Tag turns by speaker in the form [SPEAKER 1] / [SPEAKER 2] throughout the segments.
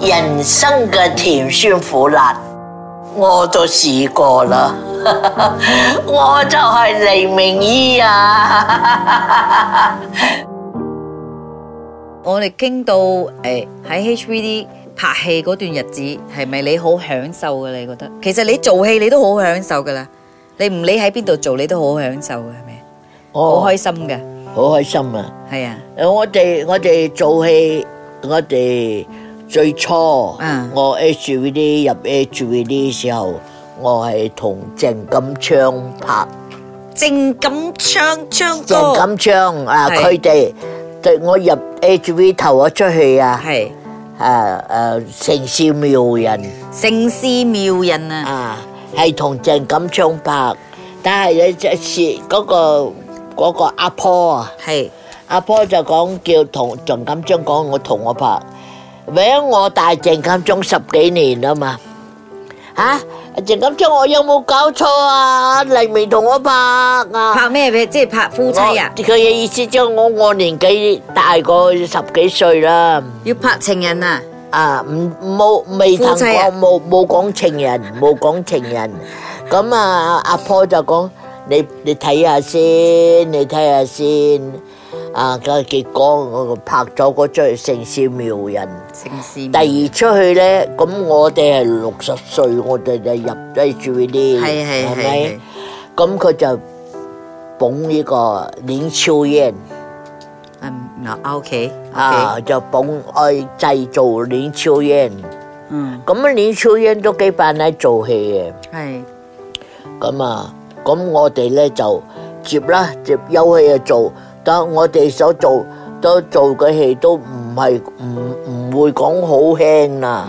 [SPEAKER 1] 人生嘅甜酸苦辣，我都試過啦。 我就係黎明姨啊！
[SPEAKER 2] 我哋傾到誒喺 HVD 拍戲嗰段日子，係咪你好享受嘅？你覺得？其實你做戲你都好享受噶啦，你唔理喺邊度做，你都好享受嘅，係咪？好開心嘅，
[SPEAKER 1] 好開心啊！
[SPEAKER 2] 係啊，
[SPEAKER 1] 我哋我哋做戲，我哋最初、
[SPEAKER 2] 嗯
[SPEAKER 1] 我 HVD 入 HVD 時候，我係同鄭錦昌拍。
[SPEAKER 2] 正咁唱唱
[SPEAKER 1] 鄭
[SPEAKER 2] 歌，
[SPEAKER 1] 錦昌啊，
[SPEAKER 2] 哦係
[SPEAKER 1] 佢哋對我入 HV 投咗出去啊，
[SPEAKER 2] 係
[SPEAKER 1] 誒誒城市妙人
[SPEAKER 2] 盛世妙人啊！
[SPEAKER 1] 啊，係同鄭錦昌拍，但係有隻是嗰個嗰個阿婆啊，
[SPEAKER 2] 係
[SPEAKER 1] 阿婆就講叫同鄭錦昌講我同我拍，為咗我大鄭錦昌十幾年啊嘛，嚇鄭錦昌我有冇搞錯啊？黎明同我拍啊！
[SPEAKER 2] 拍咩嘅？即係拍夫妻啊
[SPEAKER 1] 我？佢嘅意思即係我我年紀大過十幾歲啦，
[SPEAKER 2] 要拍情人啊？
[SPEAKER 1] 啊唔冇未
[SPEAKER 2] 夫
[SPEAKER 1] 曾
[SPEAKER 2] 妻啊
[SPEAKER 1] 講冇冇講情人，冇講情人。咁啊阿婆就講你你睇下先，你睇下先。啊咁結果我拍咗嗰出《城市妙人》。
[SPEAKER 2] 盛世
[SPEAKER 1] 第
[SPEAKER 2] 妙人
[SPEAKER 1] 二出去咧，咁我哋係六十歲，我哋就入低住啲，
[SPEAKER 2] 係係係
[SPEAKER 1] 係咪？咁佢就捧呢個林超燕
[SPEAKER 2] 嗯嗱，OK，OK，
[SPEAKER 1] 啊，就捧去製造林超燕。
[SPEAKER 2] 嗯，
[SPEAKER 1] 咁林超燕都幾扮喺做戲嘅。
[SPEAKER 2] 係
[SPEAKER 1] 咁啊，咁我哋咧就接啦，接休戲啊做，但我哋所做都做嘅戲都唔係唔唔會講好輕啦，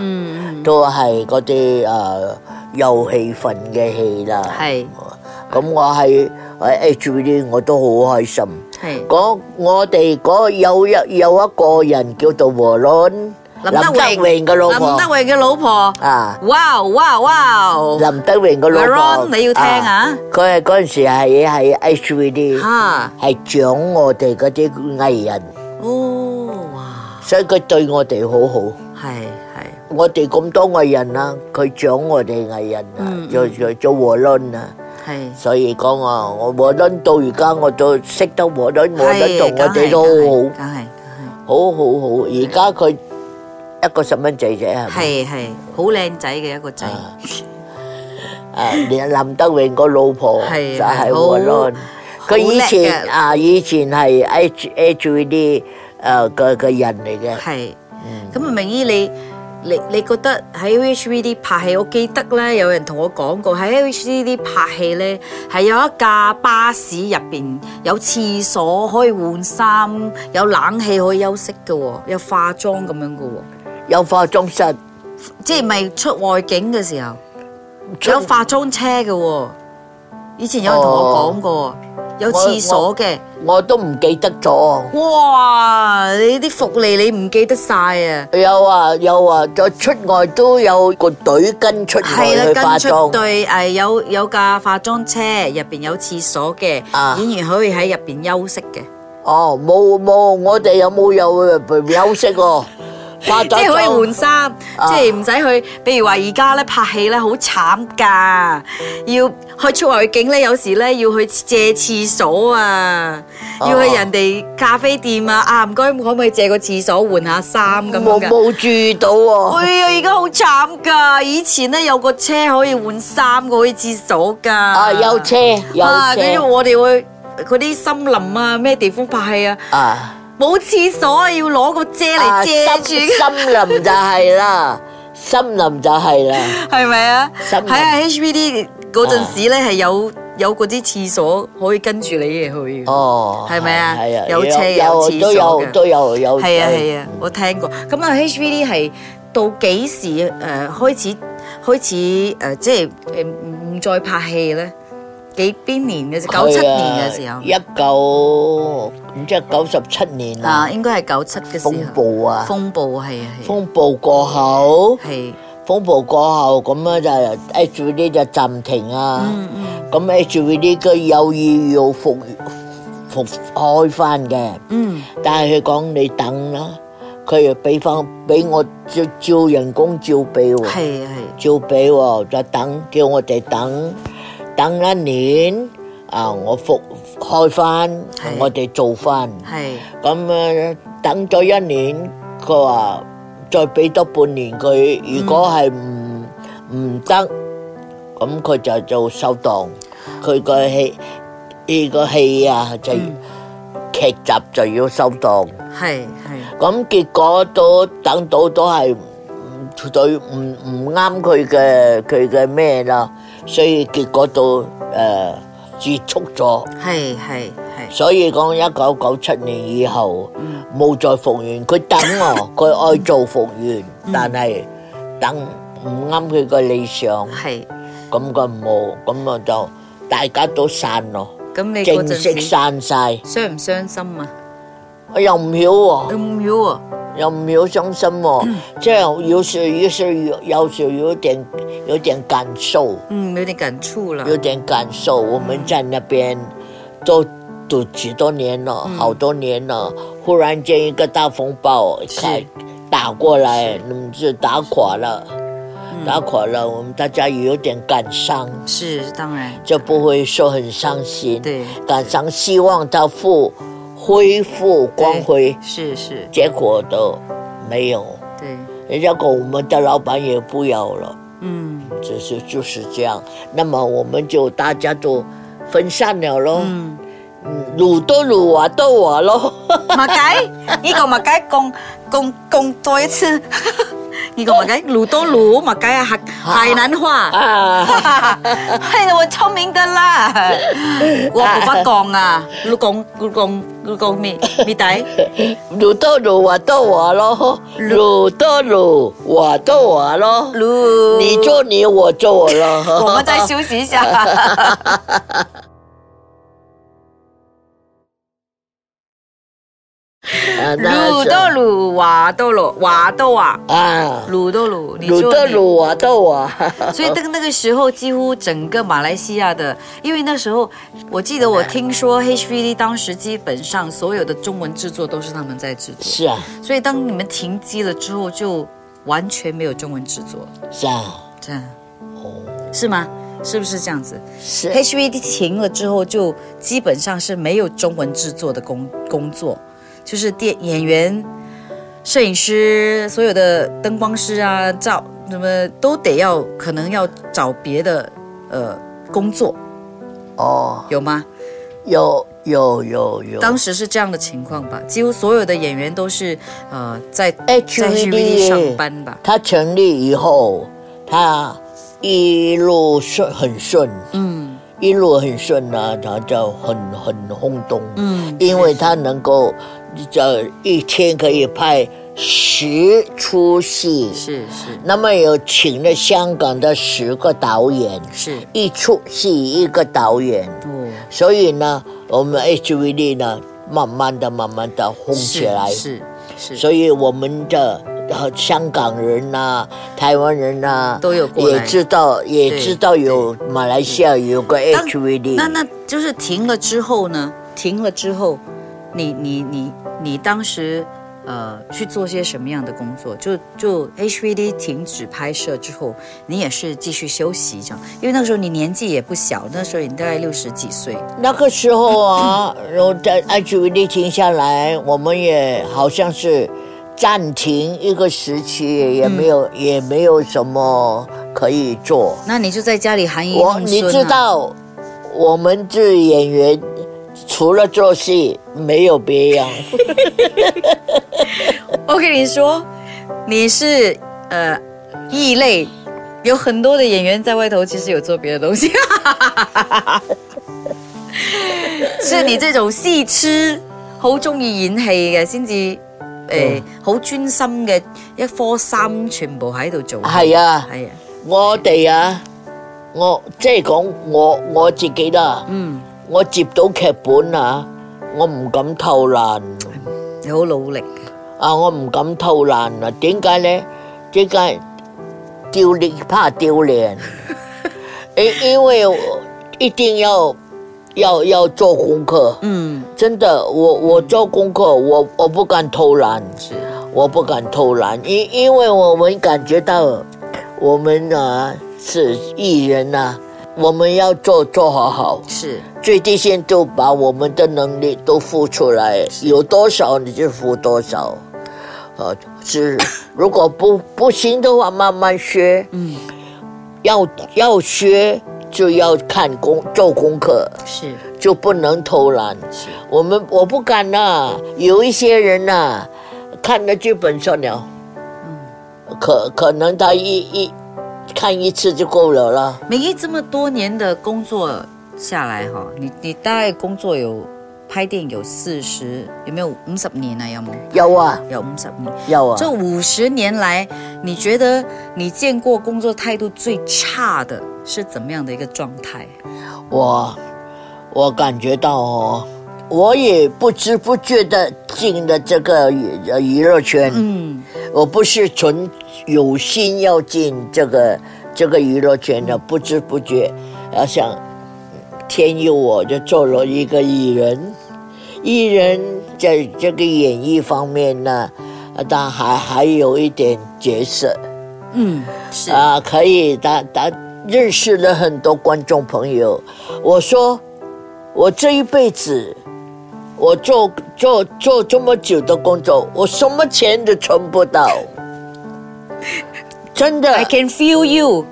[SPEAKER 1] 都係嗰啲誒有氣氛嘅戲啦。
[SPEAKER 2] 係
[SPEAKER 1] 咁我喺喺 HVD 我都好開心。
[SPEAKER 2] 係。
[SPEAKER 1] 嗰我哋嗰有一有一個人叫做和倫，林
[SPEAKER 2] 林德榮
[SPEAKER 1] 林德榮嘅老婆
[SPEAKER 2] 林德榮嘅老婆，
[SPEAKER 1] 啊，
[SPEAKER 2] 哇哇哇
[SPEAKER 1] 林德榮嘅老婆。
[SPEAKER 2] ，Ron 你要聽
[SPEAKER 1] À,
[SPEAKER 2] 啊，
[SPEAKER 1] 佢係嗰陣時係喺 HVD
[SPEAKER 2] 吓，
[SPEAKER 1] 係獎我哋嗰啲藝人，
[SPEAKER 2] 哦，哇，
[SPEAKER 1] 所以佢對我哋好好。
[SPEAKER 2] 係係，
[SPEAKER 1] 我哋咁多藝人啦，佢獎我哋藝人啊，做做做和倫啊，
[SPEAKER 2] 係
[SPEAKER 1] 所以講啊，我和倫到而家我都識得和倫，和倫
[SPEAKER 2] 係
[SPEAKER 1] 同我哋都
[SPEAKER 2] 梗係
[SPEAKER 1] 好
[SPEAKER 2] 梗係梗
[SPEAKER 1] 好好好。而家佢一個細蚊仔仔係
[SPEAKER 2] 係
[SPEAKER 1] 咪？
[SPEAKER 2] 係係好靚仔嘅一個仔，
[SPEAKER 1] 啊，連林德榮個老婆
[SPEAKER 2] 係
[SPEAKER 1] 就係
[SPEAKER 2] 係好
[SPEAKER 1] 和倫。佢以
[SPEAKER 2] 好
[SPEAKER 1] 前
[SPEAKER 2] 叻嘅
[SPEAKER 1] 啊，以前係 H H V D à, 誒嘅嘅人嚟嘅。
[SPEAKER 2] 係，咁啊明姨你。你你覺得喺 HVD 拍戲，我記得咧有人同我講過喺 HVD 拍戲咧係有一架巴士入邊有廁所可以換衫，有冷氣可以休息嘅喎，有化妝咁樣嘅喎。
[SPEAKER 1] 有化妝室，
[SPEAKER 2] 即係咪出外景嘅時候
[SPEAKER 1] 出
[SPEAKER 2] 有化妝車嘅喎？以前有人同我講過，有廁所嘅。
[SPEAKER 1] 我都唔記得咗。
[SPEAKER 2] 哇！你啲福利你唔記得晒啊！
[SPEAKER 1] 有啊有啊，再出外都有個隊跟出外
[SPEAKER 2] 係啦，
[SPEAKER 1] 去化
[SPEAKER 2] 跟出
[SPEAKER 1] 妝。
[SPEAKER 2] 隊誒有有架化妝車，入邊有廁所嘅，
[SPEAKER 1] 啊
[SPEAKER 2] 演員可以喺入邊休息嘅，
[SPEAKER 1] 哦，冇冇，我哋有冇有呃休息喎？化
[SPEAKER 2] 即
[SPEAKER 1] 妝啊
[SPEAKER 2] 係可以換
[SPEAKER 1] 妝
[SPEAKER 2] 衫，即係唔使去。譬如話而家咧拍戲咧好慘㗎，要去出外景咧，有時咧要去借廁所啊，
[SPEAKER 1] 哦
[SPEAKER 2] 要去人哋咖啡店啊，啊唔該可唔可以借個廁所換下衫咁
[SPEAKER 1] 冇
[SPEAKER 2] 樣㗎？
[SPEAKER 1] 冇注意到喎。
[SPEAKER 2] 哎呀，而家好慘㗎！以前咧有個車可以換衫嘅，可以廁所㗎。
[SPEAKER 1] 啊，
[SPEAKER 2] 啊
[SPEAKER 1] 有車有
[SPEAKER 2] 啊，跟住
[SPEAKER 1] 車
[SPEAKER 2] 我哋會嗰啲森林啊，咩地方拍戲啊，
[SPEAKER 1] 啊。
[SPEAKER 2] 冇廁所啊，要攞個遮
[SPEAKER 1] À,
[SPEAKER 2] 嚟遮住㗎。
[SPEAKER 1] 啊 森森林就係啦，森林就係啦，
[SPEAKER 2] 係咪啊？
[SPEAKER 1] 森林
[SPEAKER 2] 喺啊 HVD 嗰陣時咧，係有有嗰啲廁所可以跟住你嘅去。
[SPEAKER 1] 哦，
[SPEAKER 2] 係咪啊
[SPEAKER 1] 係啊，
[SPEAKER 2] 有車有廁
[SPEAKER 1] 都
[SPEAKER 2] 所
[SPEAKER 1] 有
[SPEAKER 2] 嘅
[SPEAKER 1] 都有有，
[SPEAKER 2] 係啊係啊，我聽過。咁啊 HVD 係到幾時誒、呃、開始開始誒、呃即係誒唔唔再拍戲咧？幾邊年嘅啫？九
[SPEAKER 1] à.
[SPEAKER 2] 七年嘅時候
[SPEAKER 1] 啊一九唔知九十七年啦，
[SPEAKER 2] 啊，應該係九七嘅時候。
[SPEAKER 1] 風暴啊，
[SPEAKER 2] 風暴係啊係啊
[SPEAKER 1] 風暴過後，
[SPEAKER 2] 係
[SPEAKER 1] 風暴過後咁樣就 H V 就暫停啊，
[SPEAKER 2] 嗯
[SPEAKER 1] 咁 H V 佢有意要復復開翻嘅，
[SPEAKER 2] 嗯
[SPEAKER 1] 但係佢講你等啦，佢又俾翻俾我照照人工照俾喎。
[SPEAKER 2] 係啊係。
[SPEAKER 1] 照俾喎，就等叫我哋等等一年啊，我復開翻
[SPEAKER 2] 係，
[SPEAKER 1] 我哋做翻，
[SPEAKER 2] 係
[SPEAKER 1] 咁啊等咗一年，佢話再俾多半年佢，如果係唔
[SPEAKER 2] 嗯
[SPEAKER 1] 唔得，咁佢就做收檔，佢個戲呢個戲啊就
[SPEAKER 2] 嗯
[SPEAKER 1] 劇集就要收檔。
[SPEAKER 2] 係係
[SPEAKER 1] 咁結果都等到都係唔對唔唔啱佢嘅佢嘅咩啦，所以結果到誒、呃結束咗。
[SPEAKER 2] 係係係
[SPEAKER 1] 所以講一九九七年以後冇再復原，佢等我，佢愛做復原，但係等唔啱佢嘅理想，
[SPEAKER 2] 係。
[SPEAKER 1] 咁佢冇，咁我就大家都散咯，
[SPEAKER 2] 咁你嗰
[SPEAKER 1] 正
[SPEAKER 2] 陣
[SPEAKER 1] 式
[SPEAKER 2] 時
[SPEAKER 1] 散晒。
[SPEAKER 2] 傷唔傷心啊？
[SPEAKER 1] 我又唔曉喎、
[SPEAKER 2] 咁要啊？
[SPEAKER 1] 又唔要傷心喎、 即係有時有時有時有點有點感受，
[SPEAKER 2] 嗯，有點感觸啦。
[SPEAKER 1] 有點感受。我們在那邊都都幾多年了，
[SPEAKER 2] 嗯
[SPEAKER 1] 好多年了，忽然間一個大風暴
[SPEAKER 2] 是
[SPEAKER 1] 開打過來，嗯，就打垮了，
[SPEAKER 2] 嗯
[SPEAKER 1] 打垮了，我們大家也有點感傷，
[SPEAKER 2] 是，當然。
[SPEAKER 1] 就不會說很傷心，
[SPEAKER 2] 對
[SPEAKER 1] 感傷，希望它復恢復光輝，
[SPEAKER 2] 是是，
[SPEAKER 1] 結果都沒有。
[SPEAKER 2] 對，
[SPEAKER 1] 人家狗我们的老板也不要了，
[SPEAKER 2] 嗯
[SPEAKER 1] 只是就是这样。那么我们就大家就分散了咯， 嗯
[SPEAKER 2] 嗯。
[SPEAKER 1] 擄都擄我都我咯，
[SPEAKER 2] 麦雞，呢個麥雞共共共多一次， 呢個麥雞滷多滷，麥雞係海海南話，
[SPEAKER 1] 啊，
[SPEAKER 2] 係我聰明的啦，我唔識講啊，你講你講你講咩咩底？
[SPEAKER 1] 擄都擄我都我咯，擄都擄我都我咯，
[SPEAKER 2] 滷，
[SPEAKER 1] 你做你，我做我 咯。
[SPEAKER 2] 我们再休息一下。
[SPEAKER 1] 啊
[SPEAKER 2] 滷多滷，話多滷，話多話，
[SPEAKER 1] 啊，
[SPEAKER 2] 滷多滷，你
[SPEAKER 1] 擄
[SPEAKER 2] 做
[SPEAKER 1] 都
[SPEAKER 2] 你
[SPEAKER 1] 擄我都我，
[SPEAKER 2] 所以那个那个时候，几乎整个马来西亚的，因为那时候我记得我听
[SPEAKER 1] 嗯
[SPEAKER 2] 说 HVD 当时基本上所有的中文制作都是他们在制作，
[SPEAKER 1] 是啊
[SPEAKER 2] 所以当你们停机了之后，就完全没有中文制作，
[SPEAKER 1] 是啊，
[SPEAKER 2] 这样
[SPEAKER 1] 哦
[SPEAKER 2] 是吗？是不是这样子
[SPEAKER 1] 是啊
[SPEAKER 2] ？HVD 停了之后，就基本上是没有中文制作的工工作，就是电演员、摄影师、所有的灯光师啊、照什么都得要，可能要找别的呃工作，
[SPEAKER 1] 哦，
[SPEAKER 2] 有吗？
[SPEAKER 1] 有有有有。
[SPEAKER 2] 当时是这样的情况吧，几乎所有的演员都是呃在在
[SPEAKER 1] HVD
[SPEAKER 2] HVD 上班吧，
[SPEAKER 1] 他成立以后，他一路顺很顺，
[SPEAKER 2] 嗯
[SPEAKER 1] 一路很顺啊，他就很很轰动，
[SPEAKER 2] 嗯
[SPEAKER 1] 因为他能够这一天可以拍十出戏，
[SPEAKER 2] 是是
[SPEAKER 1] 那么有请了香港的十个导演，
[SPEAKER 2] 是
[SPEAKER 1] 一出戏一个导演，
[SPEAKER 2] 哦，
[SPEAKER 1] 所以呢，我们 HVD 呢，慢慢的、慢慢的红起
[SPEAKER 2] 是
[SPEAKER 1] 来。
[SPEAKER 2] 是是
[SPEAKER 1] 所以我们的呃香港人呐、台湾人呐、
[SPEAKER 2] 都有过来
[SPEAKER 1] 也知道，也知道有马来西亚有个
[SPEAKER 2] 当
[SPEAKER 1] HVD，
[SPEAKER 2] 那那就是停了之后呢？停了之后，你你你你当时呃去做些什么样的工作？就就 HVD 停止拍摄之后，你也是继续休息这样，因为那个时候你年纪也不小，那时候你大概六十几岁，
[SPEAKER 1] 那个时候 啊，然后在 HVD 停下来，我们也好像是暂停一个时期，也没
[SPEAKER 2] 嗯
[SPEAKER 1] 有、也没有什么可以做。
[SPEAKER 2] 那你就在家里含饴弄孙、
[SPEAKER 1] 我
[SPEAKER 2] 啊、
[SPEAKER 1] 你知道，我们这演员除了做戏没有别样。
[SPEAKER 2] 我跟你说，你是呃异类，有很多的演员在外头其实有做别的东西， 是你这种戏痴，好中意演戲嘅先至。
[SPEAKER 1] 嗯
[SPEAKER 2] 誒好專心嘅一科三，全部喺度做。
[SPEAKER 1] 係啊
[SPEAKER 2] 係啊，
[SPEAKER 1] 我哋啊，我即系讲我我自己啦，
[SPEAKER 2] 嗯，
[SPEAKER 1] 我接到劇本啊，我唔敢偷懶
[SPEAKER 2] 你好努力嘅，
[SPEAKER 1] 啊，我唔敢偷懶啊，點解咧？點解丢脸怕丢脸？ 因因为我一定要要要做功課，
[SPEAKER 2] 嗯，
[SPEAKER 1] 真的，我我做功課，我我不敢偷懶。
[SPEAKER 2] 是，啊
[SPEAKER 1] 我不敢偷懒，因因为我们感觉到我们啊是艺人呐、啊我们要做做好好，
[SPEAKER 2] 是
[SPEAKER 1] 最低限度把我们的能力都付出来，有多少你就付多少。呃，是如果不不行的话，慢慢学。嗯，要要学就要看功做功课，
[SPEAKER 2] 是
[SPEAKER 1] 就不能偷懒。
[SPEAKER 2] 是，
[SPEAKER 1] 我们我不敢呐、有一些人呐、看了剧本算了，可可能他一一看一次就够了啦。
[SPEAKER 2] 美一这么多年的工作下来哈，你你大概工作有拍电影有四十，有没有五十年啊？有冇？
[SPEAKER 1] 要啊，
[SPEAKER 2] 有五十年。
[SPEAKER 1] 要啊，
[SPEAKER 2] 这五十年来，你觉得你见过工作态度最差的是怎么样的一个状态？
[SPEAKER 1] 我我感觉到哦，我也不知不觉的进了这个娱呃娱乐圈。
[SPEAKER 2] 嗯，
[SPEAKER 1] 我不是纯有心要进这个这个娱乐圈的，不知不觉，啊，想天佑我就做了一个艺人。艺人在这个演艺方面呢，啊，他还还有一点角色
[SPEAKER 2] 嗯，是
[SPEAKER 1] 啊，可以，他他认识了很多观众朋友。我说，我这一辈子。我做做做这么久的工作，我什么钱都存不到，真的。
[SPEAKER 2] I can feel you。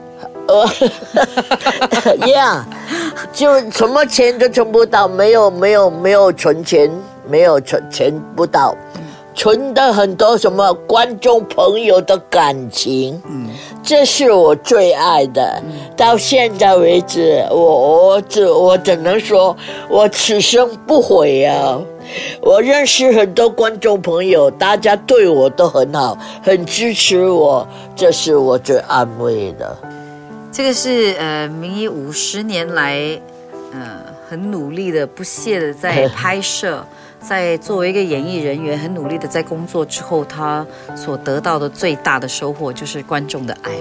[SPEAKER 1] yeah，就什么钱都存不到，没有没有没有存钱，没有存钱不到，存的很多什么观众朋友的感情，这是我最爱的。到现在为止，我我只我只能说，我此生不悔啊。我认识很多观众朋友，大家对我都很好，很支持我，这是我最安慰的。
[SPEAKER 2] 这个是呃，明一五十年来，呃，很努力的、不懈的在拍摄，在作为一个演艺人员，很努力的在工作之后，他所得到的最大的收获就是观众的爱，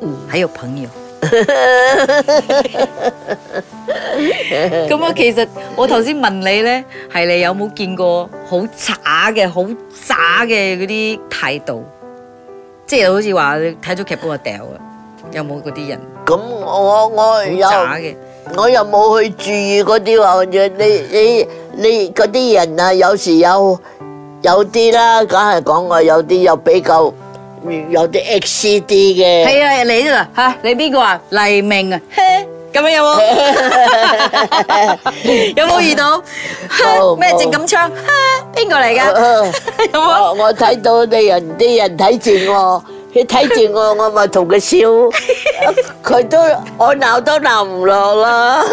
[SPEAKER 2] 嗯，还有朋友。咁啊，其實我頭先問你呢，係你有冇見過好渣嘅、好渣嘅嗰啲態度？即係好似話你睇咗劇本就掉啊，有冇嗰啲人？
[SPEAKER 1] 咁我我有
[SPEAKER 2] 渣啊嘅，
[SPEAKER 1] 我又冇去注意嗰啲話，你你你嗰啲人啊，有時有有啲啦，梗係講我有啲又比較有啲 X 啲嘅，
[SPEAKER 2] 係啊，你呢度吓，你邊個啊？黎明啊，嘿咁樣有冇？有冇遇到
[SPEAKER 1] 冇
[SPEAKER 2] 咩
[SPEAKER 1] 冇
[SPEAKER 2] 鄭錦昌？哈邊個嚟 㗎？有冇？
[SPEAKER 1] 我我睇到啲人啲人睇住我，佢睇住我，我 咪同佢 笑，佢都我鬧都鬧唔落啦。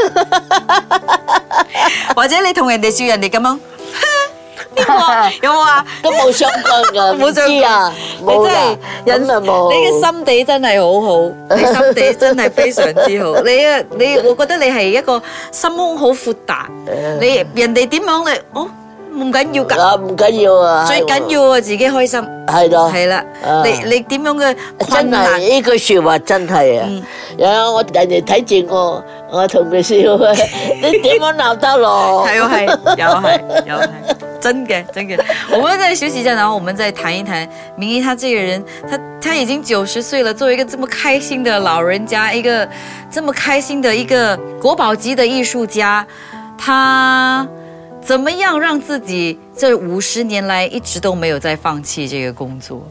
[SPEAKER 2] 或者你同人哋笑人哋咁樣？哈邊個啊？有冇啊？
[SPEAKER 1] 都冇相干噶，
[SPEAKER 2] 冇
[SPEAKER 1] 唔
[SPEAKER 2] 相干
[SPEAKER 1] 知啊，冇啦，
[SPEAKER 2] 你真係
[SPEAKER 1] 咁啊冇。
[SPEAKER 2] 你嘅心地真係好好，你心地真係非常之好。你啊，你我覺得你係一個心胸好闊達。你人哋點講你，哦唔緊要㗎，
[SPEAKER 1] 啊唔緊要啊，
[SPEAKER 2] 最緊要啊自己開心。
[SPEAKER 1] 係咯，
[SPEAKER 2] 係啦，
[SPEAKER 1] 啊
[SPEAKER 2] 你你點樣嘅困
[SPEAKER 1] 真
[SPEAKER 2] 難
[SPEAKER 1] 係呢句説話真係啊！有我人哋睇住我，我同佢笑，啊你點樣鬧得落？
[SPEAKER 2] 还有还有还有还，真的真的。我们在学习一下，然后我们再谈一谈明一他这个人，他他已经九十岁了，作为一个这么开心的老人家，一个这么开心的一个国宝级的艺术家，他怎么样让自己这五十年来一直都没有再放弃这个工作？